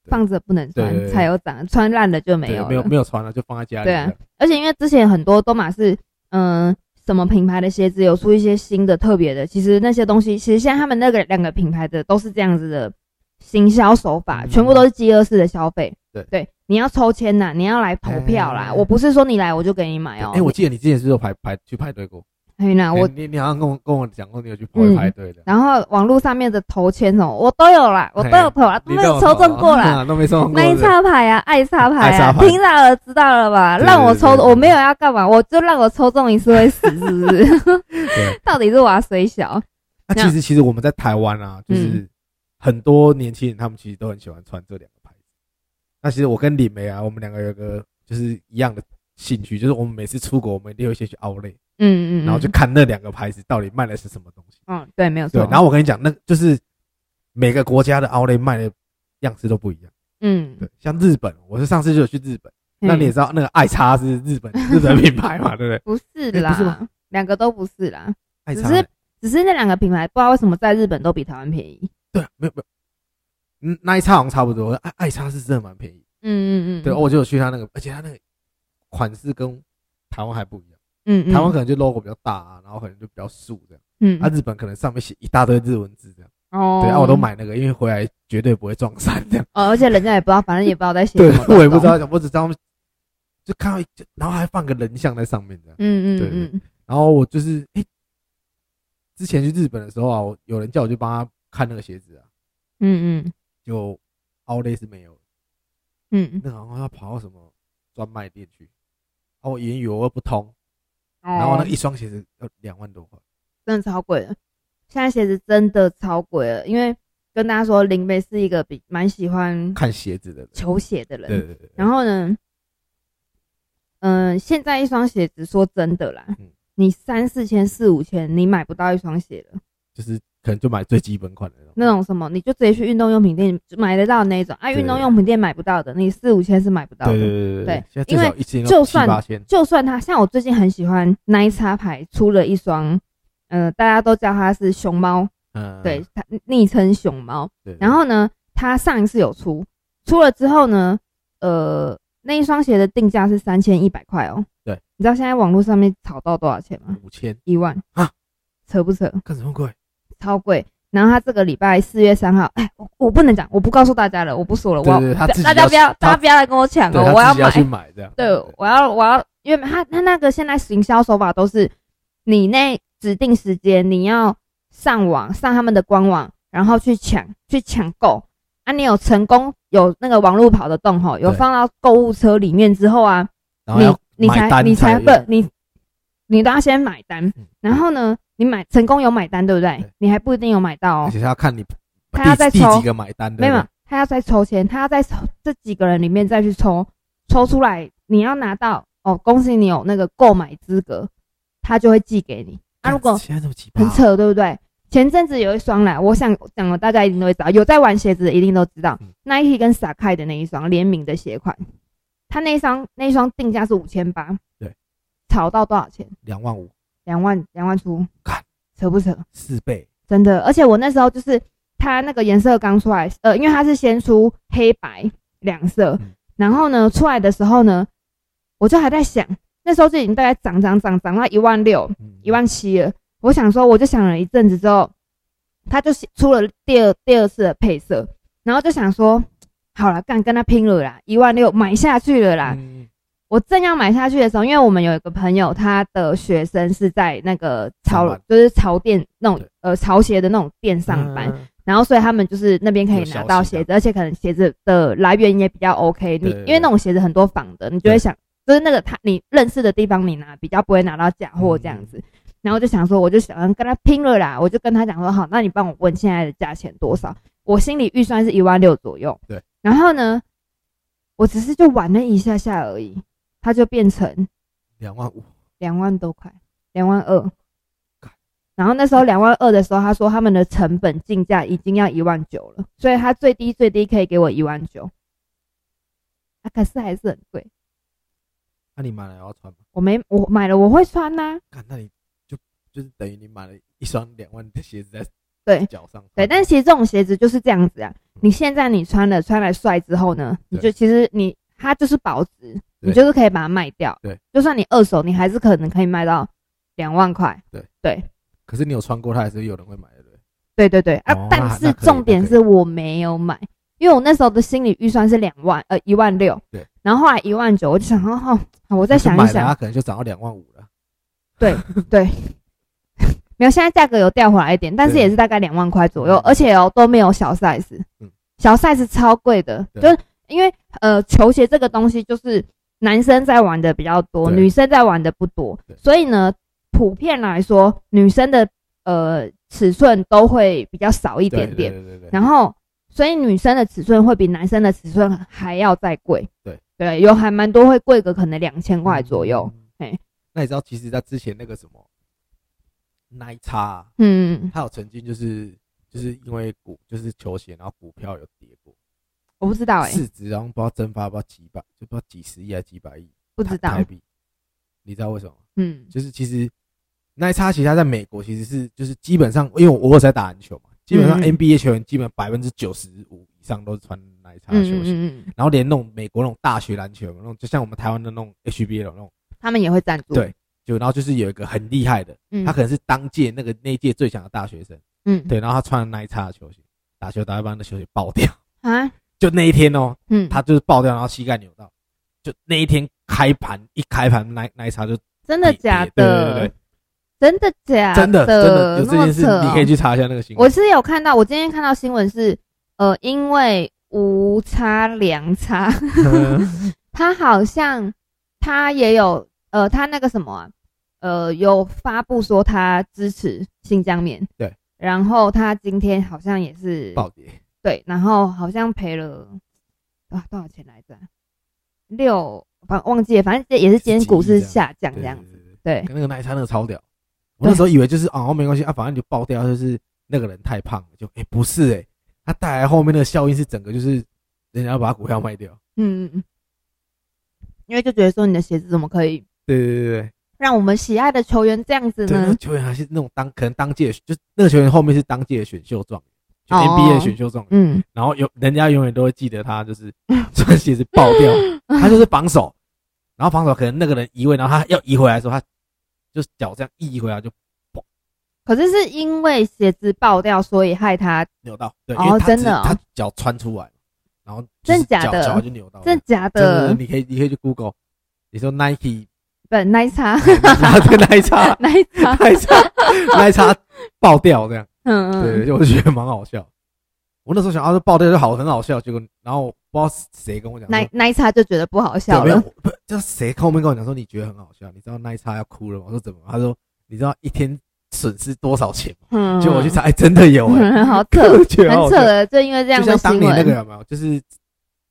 S1: 对
S2: 放着不能
S1: 对对
S2: 穿
S1: 对
S2: 才有长，穿烂了就没
S1: 对
S2: 有
S1: 没有
S2: 了。
S1: 没有穿了，就放在家里
S2: 对啊
S1: 这样。
S2: 啊而且因为之前很多都嘛是，嗯、什么品牌的鞋子有出一些新的特别的，其实那些东西，其实现在他们那个两个品牌的都是这样子的行销手法，
S1: 嗯
S2: 全部都是饥饿式的消费。
S1: 对
S2: 对，你要抽签呐，你要来投票啦，
S1: 哎
S2: 我不是说你来我就给你买哦、
S1: 哎，我记得你之前是不是有排排去排队过？
S2: 嘿啦，啊我嗯
S1: 哎你你好像跟我跟我讲过，你有去排排队的。
S2: 然后网络上面的投签什么，我都有啦，我都有投啊，
S1: <laughs>
S2: 都
S1: 你
S2: 没有抽中过啦。
S1: 啊，都没抽中过
S2: 那
S1: 是
S2: 一
S1: 不是。
S2: 插牌啊，爱插牌
S1: 爱插
S2: 啊，
S1: 牌
S2: 听到了知道了吧？
S1: 对
S2: 让我抽，
S1: 对对对
S2: 我没有要干嘛，我就让我抽中一次会死，是不是？
S1: 对，
S2: 到底是我要虽小？
S1: 那其实其实我们在台湾啊，
S2: 嗯
S1: 就是很多年轻人他们其实都很喜欢穿这两个牌子。那其实我跟李梅啊，我们两个有个就是一样的兴趣，就是我们每次出国，我们一定会先去 Outlet，
S2: 嗯嗯，嗯
S1: 然后就看那两个牌子到底卖的是什么东西。
S2: 嗯，对，没有
S1: 对
S2: 错。，
S1: 然后我跟你讲，那就是每个国家的 Outlet 卖的样式都不一样。
S2: 嗯，
S1: 对，像日本，我是上次就有去日本，
S2: 嗯
S1: 那你也知道那个爱叉是日本 <laughs> 日本品牌嘛，对不对？
S2: 不是
S1: 哎不是吗
S2: 啦，两个都不是啦，
S1: 爱
S2: 只
S1: 叉
S2: 是只是那两个品牌不知道为什么在日本都比台湾便宜。
S1: 对，没有没有，嗯，那一叉好像差不多，爱爱叉是真的蛮便宜。
S2: 嗯嗯嗯，
S1: 对，哦我就有去他那个，而且他那个款式跟台湾还不一样，
S2: 嗯嗯，
S1: 台湾可能就 logo 比较大啊，然后可能就比较素这样，
S2: 嗯
S1: 啊，日本可能上面写一大堆日文字这样，
S2: 哦，
S1: 对啊，我都，买那个，因为回来绝对不会撞衫这样。
S2: 哦，而且人家也不知道，反正也不知道在写
S1: 对
S2: 什
S1: <laughs>
S2: 么，，
S1: 我也不知道，我只知道他们就看到一，就然后还放个人像在上面这样。
S2: 嗯，
S1: 对
S2: 嗯嗯
S1: 然后我就是哎、诶之前去日本的时候啊，我有人叫我去帮他看那个鞋子啊，
S2: 嗯嗯
S1: 就 Outlet 是没有的，
S2: 嗯，
S1: 那个好像要跑到什么专卖店去，啊，我言语我又不通，
S2: 然
S1: 然后那
S2: 哎
S1: 一双鞋子要两万多块，
S2: 嗯哦真的超贵的。现在鞋子真的超贵了，因为跟大家说，林北是一个比蛮喜欢
S1: 看鞋子的人，
S2: 球鞋的人。
S1: 对对对，
S2: 然后呢，嗯、现在一双鞋子，说真的啦，
S1: 嗯
S2: 你三四千、四五千，你买不到一双鞋了。
S1: 就是可能就买最基本款的
S2: 那种什么，你就直接去运动用品店就买得到的那一种。啊，
S1: 对
S2: 运动用品店买不到的，你四五千是买不到
S1: 对对
S2: 的。
S1: 对对
S2: 对
S1: 现在至
S2: 因
S1: 少
S2: 为
S1: 一千
S2: 就
S1: 七
S2: 算
S1: 八千，
S2: 就算它，像我最近很喜欢 Nike 插牌出了一双，呃，大家都叫它是熊猫，
S1: 嗯，
S2: 对，它昵称熊猫。
S1: 对，对
S2: 然后呢，它上一次有出，出了之后呢，呃，那一双鞋的定价是三千一百块哦。
S1: 对，
S2: 你知道现在网络上面炒到多少钱吗？
S1: 五千，
S2: 一万
S1: 啊，
S2: 扯不扯？
S1: 干什么贵？
S2: 超贵。然后它这个礼拜四月三号，哎，我我不能讲，我不告诉大家了，我不说了，我
S1: 对
S2: 要
S1: 对，对他自己
S2: 大家不要，大
S1: 他
S2: 家不要来跟我抢
S1: 对
S2: 哦，我
S1: 他自己
S2: 买
S1: 要，去买这样，
S2: 对，我要我要，因为它它那个现在行销手法都是，你那指定时间你要上网上他们的官网，然后去抢去抢购啊，你有成功有那个网路跑得动吼，有
S1: 对
S2: 放到购物车里面之后啊，
S1: 然后
S2: 你
S1: 要
S2: 你
S1: 买
S2: 才
S1: 单
S2: 你才
S1: 有
S2: 不你你都要先买单
S1: 嗯，
S2: 然后呢，你买成功有买单对不对
S1: 对？
S2: 你还不一定有买到
S1: 而
S2: 哦，
S1: 且他要看你第
S2: 他要再
S1: 第
S2: 抽
S1: 几个买单的，
S2: 没有，啊他要再抽签，他要再抽这几个人里面再去抽，抽出来你要拿到哦，恭喜你有那个购买资格，他就会寄给你。啊，
S1: 干
S2: 如果
S1: 现在这么奇葩
S2: 很，扯，对不对？前阵子有一双啦，我想讲了，大家一定都会知道，有在玩鞋子的一定都知道、
S1: 嗯
S2: Nike 跟 Sakai 的那一双联名的鞋款，他那一双那一双定价是五千八，
S1: 对，
S2: 炒到多少钱？
S1: 两万五
S2: 两万两万出
S1: 干，
S2: 扯不扯？
S1: 四倍，
S2: 真的。而且我那时候就是它那个颜色刚出来，呃，因为它是先出黑白两色
S1: 嗯，
S2: 然后呢出来的时候呢，我就还在想，那时候就已经大概涨涨涨涨到一万六、
S1: 嗯
S2: 一万七了。我想说，我就想了一阵子之后，它就出了第二第二次的配色，然后就想说，好了，干跟他拼了啦，一万六买下去了啦。
S1: 嗯
S2: 我正要买下去的时候，因为我们有一个朋友，他的学生是在那个
S1: 上
S2: 潮
S1: 班，
S2: 就是潮店那种
S1: 对
S2: 呃潮鞋的那种店上班，
S1: 嗯
S2: 然后所以他们就是那边可以拿到鞋子，而且可能鞋子的来源也比较 OK 你。
S1: 啊对对
S2: 因为那种鞋子很多仿的，你就会想，就是那个他你认识的地方，你拿比较不会拿到假货这样
S1: 嗯
S2: 子。然后就想说，我就想跟他拼了啦，我就跟他讲说，好，那你帮我问现在的价钱多少？我心里预算是一万六左右。
S1: 对。
S2: 然后呢，我只是就玩了一下下而已，它就变成
S1: 两万五，
S2: 两万多块，两万二
S1: 干。
S2: 然后那时候两万二的时候，他说他们的成本进价已经要一万九了，所以他最低最低可以给我一万九。啊，可是还是很贵。
S1: 那你买了要穿吗？
S2: 我没我买了我会穿啊呐、
S1: 看，那你就就是等于你买了一双两万的鞋子在
S2: 对
S1: 脚上穿，
S2: 对，但是其实这种鞋子就是这样子啊，你现在你穿了穿来帅之后呢，你就
S1: 对
S2: 其实你它就是保值，你
S1: 对
S2: 就是可以把它卖掉。
S1: 对，
S2: 就算你二手，你还是可能可以卖到两万块。
S1: 可是你有穿过，它还是有人会买的，对不对？
S2: 对对对，啊，
S1: 哦那
S2: 但
S1: 那
S2: 是
S1: 可以
S2: 重点
S1: 那可
S2: 是我没有买，因为我那时候的心理预算是两万，呃，一万六。
S1: 对。
S2: 然后后来一万九，我就想，哦，好好我再
S1: 可是
S2: 想一
S1: 买了它啊
S2: 想，
S1: 可能就涨到两万五了。
S2: 没有，现在价格有掉回来一点，但是
S1: 对
S2: 也是大概两万块左右
S1: 嗯，
S2: 而且哦都没有小 size，
S1: 嗯
S2: 小 size 超贵的，
S1: 对
S2: 就是因为呃球鞋这个东西就是男生在玩的比较多，
S1: 对
S2: 女生在玩的不多
S1: 对，
S2: 所以呢，普遍来说女生的呃尺寸都会比较少一
S1: 一
S2: 点点，
S1: 对对对对。
S2: 然后，所以女生的尺寸会比男生的尺寸还要再贵。
S1: 对
S2: 对，有还蛮多会贵个可能两千块左右。
S1: 嗯。
S2: 嘿
S1: 那你知道，其实在之前那个什么奶茶、啊，
S2: 嗯，
S1: 它有曾经就是就是因为股就是球鞋，然后股票有跌过，
S2: 我不知道哎、
S1: 市值然后不知道蒸发不知道几百，就不知道几十亿还是几百亿，
S2: 不
S1: 不
S2: 知道
S1: 台。币。你知道为什么吗？
S2: 嗯
S1: 就是其实奶茶其实它在美国其实是就是基本上，因为我偶尔在打篮球嘛，基本上
S2: 嗯
S1: NBA 球员基本百分之九十五以上都是穿奶茶
S2: 嗯
S1: 球鞋。
S2: 嗯嗯嗯，
S1: 然后连那种美国那种大学篮球，那种就像我们台湾的那种 HBL 那种，
S2: 他们也会赞助。
S1: 对就然后就是有一个很厉害的，
S2: 嗯，
S1: 他可能是当届那个那一届最强的大学生，
S2: 嗯
S1: 对，然后他穿那一叉的球鞋，打球打到一半的球鞋爆掉，
S2: 啊
S1: 就那一天哦，
S2: 嗯，
S1: 他就是爆掉，然后膝盖扭到，就那一天开盘一开盘那那一叉就
S2: 真的
S1: 跌
S2: 假
S1: 跌对对对
S2: 的？真的假
S1: 真的
S2: 的
S1: 真的有这
S2: 那
S1: 件
S2: 么
S1: 事
S2: 扯，哦
S1: 你可以去查一下那个新
S2: 我
S1: 闻，
S2: 是有看到，我今天看到新闻是，呃，因为无差良差，他好像他也有呃，他那个什么啊，呃，有发布说他支持新疆棉，
S1: 对，
S2: 然后他今天好像也 <laughs> 是
S1: 暴跌，
S2: 对，然后好像赔了啊多少钱来着啊？六，反正忘记了，反正也是今天股市下降
S1: 对
S2: 这样，哎
S1: 对对对
S2: 对
S1: 对，那个奶茶那个超屌，我那时候以为就是哦没关系啊，反正就爆掉，就是那个人太胖了，就哎、不是哎、他带来后面的效应是整个就是人家要把股票卖掉，
S2: 嗯嗯嗯，因为就觉得说你的鞋子怎么可以
S1: 对对对对。
S2: 让我们喜爱的球员这样子
S1: 对，那
S2: 呢
S1: 个？球员还是那种当可能当届的就是那个球员后面是当届的选秀状元，就
S2: 哦
S1: NBA 的选秀状元，
S2: 嗯，
S1: 然后有人家永远都会记得他，就是 <laughs> 穿鞋子爆掉，他就是防守，然后防守可能那个人移位，然后他要移回来的时候，他就是脚这样一移回来就
S2: 可是是因为鞋子爆掉，所以害他
S1: 扭到，对，
S2: 哦
S1: 因为他
S2: 真的哦
S1: 只他脚穿出来，然后就是
S2: 真假
S1: 脚
S2: 的
S1: 脚就扭到了，
S2: 真的假
S1: 哦真的，
S2: 的？
S1: 你可以你可以去 Google，你说 Nike， <laughs>
S2: 不，奶茶，
S1: 然后这个奶
S2: <laughs>
S1: 茶
S2: 奶
S1: <laughs>
S2: 茶，
S1: 奶茶奶茶爆掉这样。
S2: 嗯
S1: 对，
S2: 嗯，
S1: 就我觉得蛮好笑。我那时候想，啊，这爆掉就好，很好笑。结果，然后不知道谁跟我讲说，
S2: 奶奶茶就觉得不好笑
S1: 对没有
S2: 了。
S1: 我不就谁后面跟我讲说，你觉得很好笑，你知道那一叉要哭了吗？我说怎么了？他说，你知道一天损失多少钱吗？
S2: 嗯，
S1: 结果我去查，哎，真的有哎、
S2: 嗯， <laughs> 好扯，
S1: <laughs> 我觉得好
S2: 很
S1: 笑
S2: 扯的，就因为这样
S1: 就
S2: 的
S1: 像当
S2: 新
S1: 年那个
S2: 闻。
S1: 有没有，就是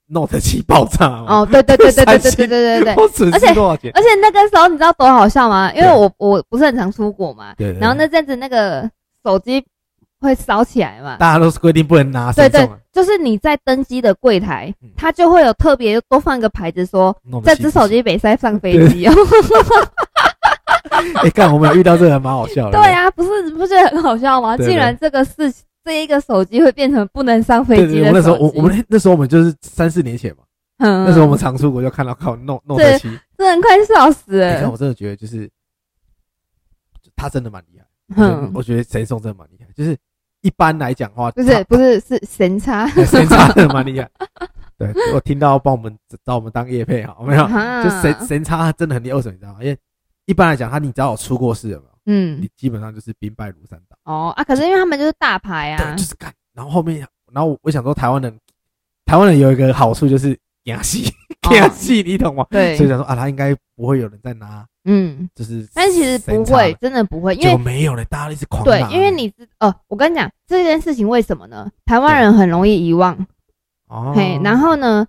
S1: Note 七爆炸嘛，
S2: 哦，对对对对对
S1: <laughs> 三
S2: 对
S1: 星
S2: 对对对对。
S1: 我损
S2: 而
S1: 失
S2: 且
S1: 多少钱？
S2: 而且那个时候你知道多好笑吗？因为
S1: 对
S2: 我我不是很常出国嘛，
S1: 对，对
S2: 然后那
S1: 对
S2: 阵子那个手机会烧起来嘛，
S1: 大家都是规定不能拿，
S2: 对
S1: 谁
S2: 对
S1: 中啊，
S2: 就是你在登机的柜台
S1: 嗯，
S2: 它就会有特别多放一个牌子说，
S1: Note
S2: 这
S1: 7
S2: 只手机北塞上飞
S1: 对
S2: 机哦。
S1: 哎，干，我们有遇到这个还蛮好笑的，
S2: <laughs> 对啊，不是不觉得很好笑吗？
S1: 对
S2: 竟然这个事情，这一个手机会变成不能上飞
S1: 对，对
S2: 机
S1: 对我
S2: 的
S1: 那时候
S2: 手
S1: 我
S2: 机
S1: 我，们那时候我们就是三四年前嘛。
S2: 嗯
S1: 那时候我们常出国就看到靠 no no
S2: 对
S1: 特七，你
S2: 嗯真的快笑死
S1: 看
S2: 了。
S1: 我真的觉得就是他真的蛮厉害，
S2: 嗯，
S1: 我觉得神送真的蛮厉害，就是一般来讲的话，
S2: 不
S1: 他
S2: 是不是是神差，
S1: <laughs> 对神差真的蛮厉害。对我听到帮我们找我们当叶配好没有？
S2: 啊
S1: 就神神差真的很厉害，为什么你知道吗？因为一般来讲，他你只要有出过事有没有？
S2: 嗯
S1: 你基本上就是兵败如山倒，
S2: 哦啊，可是因为他们就是大牌啊
S1: 对，就，是干。然后后面，然后我想说台湾人，台湾人有一个好处就是演戏，
S2: 哦
S1: 演戏你懂吗？
S2: 对
S1: 所以，想说啊，他应该不会有人在拿。
S2: 嗯，
S1: 就是，
S2: 但其实不会，，真的不会，因
S1: 结果
S2: 为
S1: 没有了，大家一直狂
S2: 对
S1: 打，
S2: 因为你知呃，我跟你讲这件事情为什么呢？台湾人很容易遗忘，
S1: 哦，
S2: 嘿，然后呢，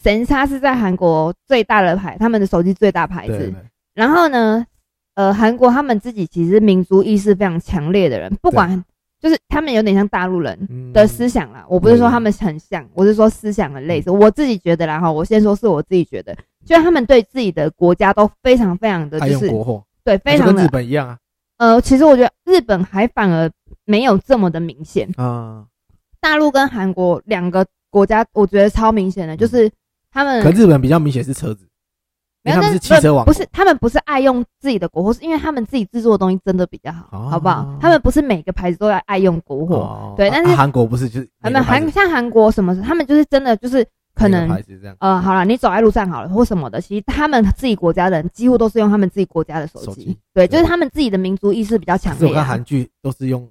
S2: 神差是在韩国最大的牌，他们的手机最大牌
S1: 对对
S2: 子，
S1: 对
S2: 然后呢，呃，韩国他们自己其实民族意识非常强烈的人，不管就是他们有点像大陆人
S1: 嗯嗯
S2: 的思想啦。我不是说他们很像，我是说思想很类似。我自己觉得啦哈，我先说是我自己觉得，就是他们对自己的国家都非常非常的
S1: 他
S2: 就
S1: 用
S2: 是
S1: 国货，
S2: 对非
S1: 那就
S2: 常
S1: 跟日
S2: 的
S1: 本一样啊，
S2: 呃，其实我觉得日本还反而没有这么的明显，嗯
S1: 啊，
S2: 大陆跟韩国
S1: 嗯
S2: 两个国家，我觉得超明显的，就是他们
S1: 可日本比较明显是车子，
S2: 没有，
S1: 因为他
S2: 但
S1: 们是汽车王
S2: 不是他们不是爱用自己的国货，是因为他们自己制作的东西真的比较好，
S1: 哦
S2: 好不好？他们不是每个牌子都要爱用国货，
S1: 哦
S2: 对
S1: 啊
S2: 但是
S1: 啊韩国不是就是
S2: 他们韩像韩国什么，他们就是真的就是可
S1: 每个
S2: 能
S1: 牌子这样
S2: 呃，好了，你走在路上好了或什么的，其实他们自己国家的人几乎都是用他们自己国家的手
S1: 手
S2: 机
S1: 机，
S2: 对，
S1: 对
S2: 就是他们自己的民族意识比较强
S1: 可是我
S2: 烈
S1: 看
S2: 啊。
S1: 韩剧都是用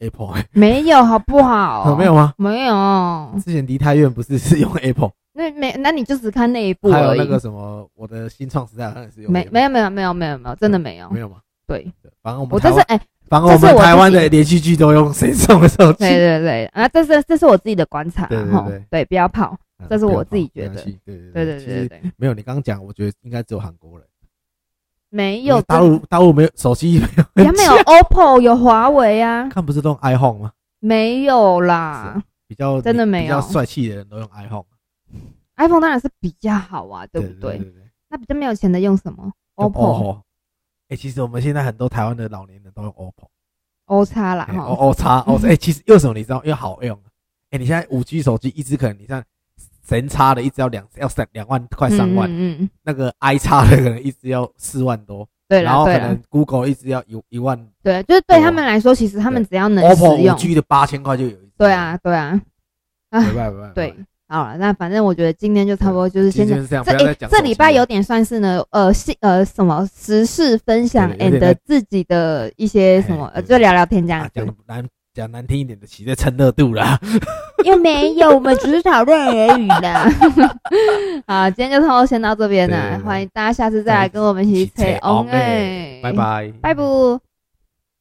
S1: Apple，欸
S2: 没有好不好？
S1: 哦 <laughs> 没有吗？
S2: 没有，
S1: 之前梨泰院不是是用 Apple，
S2: 那没那你就只看那一部
S1: 还有
S2: 而
S1: 那个
S2: 已。
S1: 什么我的新创时代好像也是用
S2: 没
S1: Apple
S2: 没有没有没有没有没有，真的没有
S1: 没。有吗？
S2: 对
S1: 对反正我们
S2: 我这
S1: 台
S2: 是
S1: 湾
S2: 哎，
S1: 反正我
S2: 这是
S1: 们
S2: 我
S1: 台湾
S2: 自己
S1: 的连续剧都用 Samsung 的手机
S2: 对，对对啊，这是这是我自己的观察
S1: 对
S2: 啊，
S1: 对
S2: 吼
S1: 对，
S2: 对，不要跑，
S1: 嗯
S2: 这是我自己
S1: 不要
S2: 觉得
S1: 放没关系对
S2: 对
S1: 对
S2: 对
S1: 其
S2: 对对
S1: 实
S2: 对，
S1: 没有你刚刚讲，我觉得应该只有韩国人，
S2: 没
S1: 因
S2: 有
S1: 为大陆大陆没有手机没有人
S2: 真的，
S1: <laughs>
S2: 他们有 OPPO 有华为啊，
S1: 看不是都用 iPhone 吗？
S2: 没有
S1: 是
S2: 啦
S1: 啊比较
S2: 真的没有
S1: 比较帅气的人都用 iPhone，
S2: ，iPhone 当然是比较好啊，对
S1: 啊对
S2: 不对？
S1: 对对
S2: 那比较没有钱的用什么
S1: 用
S2: OPPO、
S1: OPPO。哎，其实我们现在很多台湾的老年人都用 OPPO。
S2: O 叉啦，
S1: 哎
S2: 哈，
S1: 哦哦叉
S2: <laughs>
S1: 哦，哎、其实为什么你知道？因为好用。哎、你现在五 G 手机一支可能你像神叉的一支要两要三两万快三万，
S2: 嗯嗯，嗯
S1: 那个 i 叉的可能一支要四万多，
S2: 对
S1: 然后
S2: 了
S1: 可
S2: 对了
S1: 能，Google 一支要一一万
S2: 对，就是对他们来说，其实他们只要能使
S1: ，OPPO
S2: 用
S1: 五，G 的八千块就有一支。
S2: 对，啊对啊，
S1: 没办法，没办法。
S2: 对，，好了，那反正我觉得今天就差不多就是
S1: 今
S2: 先
S1: 天就
S2: 讲。
S1: 是这样，不
S2: 这
S1: 要
S2: 诶
S1: 再讲手
S2: 这
S1: 机了。
S2: 礼拜有点算是呢，呃，新呃什么时事分享
S1: 对有点
S2: and
S1: 在
S2: 自己的一些什么，
S1: 哎
S2: 呃，
S1: 对
S2: 就聊聊天这样
S1: 啊
S2: 子
S1: 讲。的难讲难听一点的，其实在蹭热度啦。
S2: 又没有，我们只是讨论而已啦。 <laughs> 好，今天就差不多先到这边
S1: 对
S2: 了
S1: 对，对
S2: 欢迎大家下次再来跟我们一起
S1: 一起
S2: 吹
S1: 扯欧
S2: 哦哎，
S1: 拜，拜，
S2: 拜。不。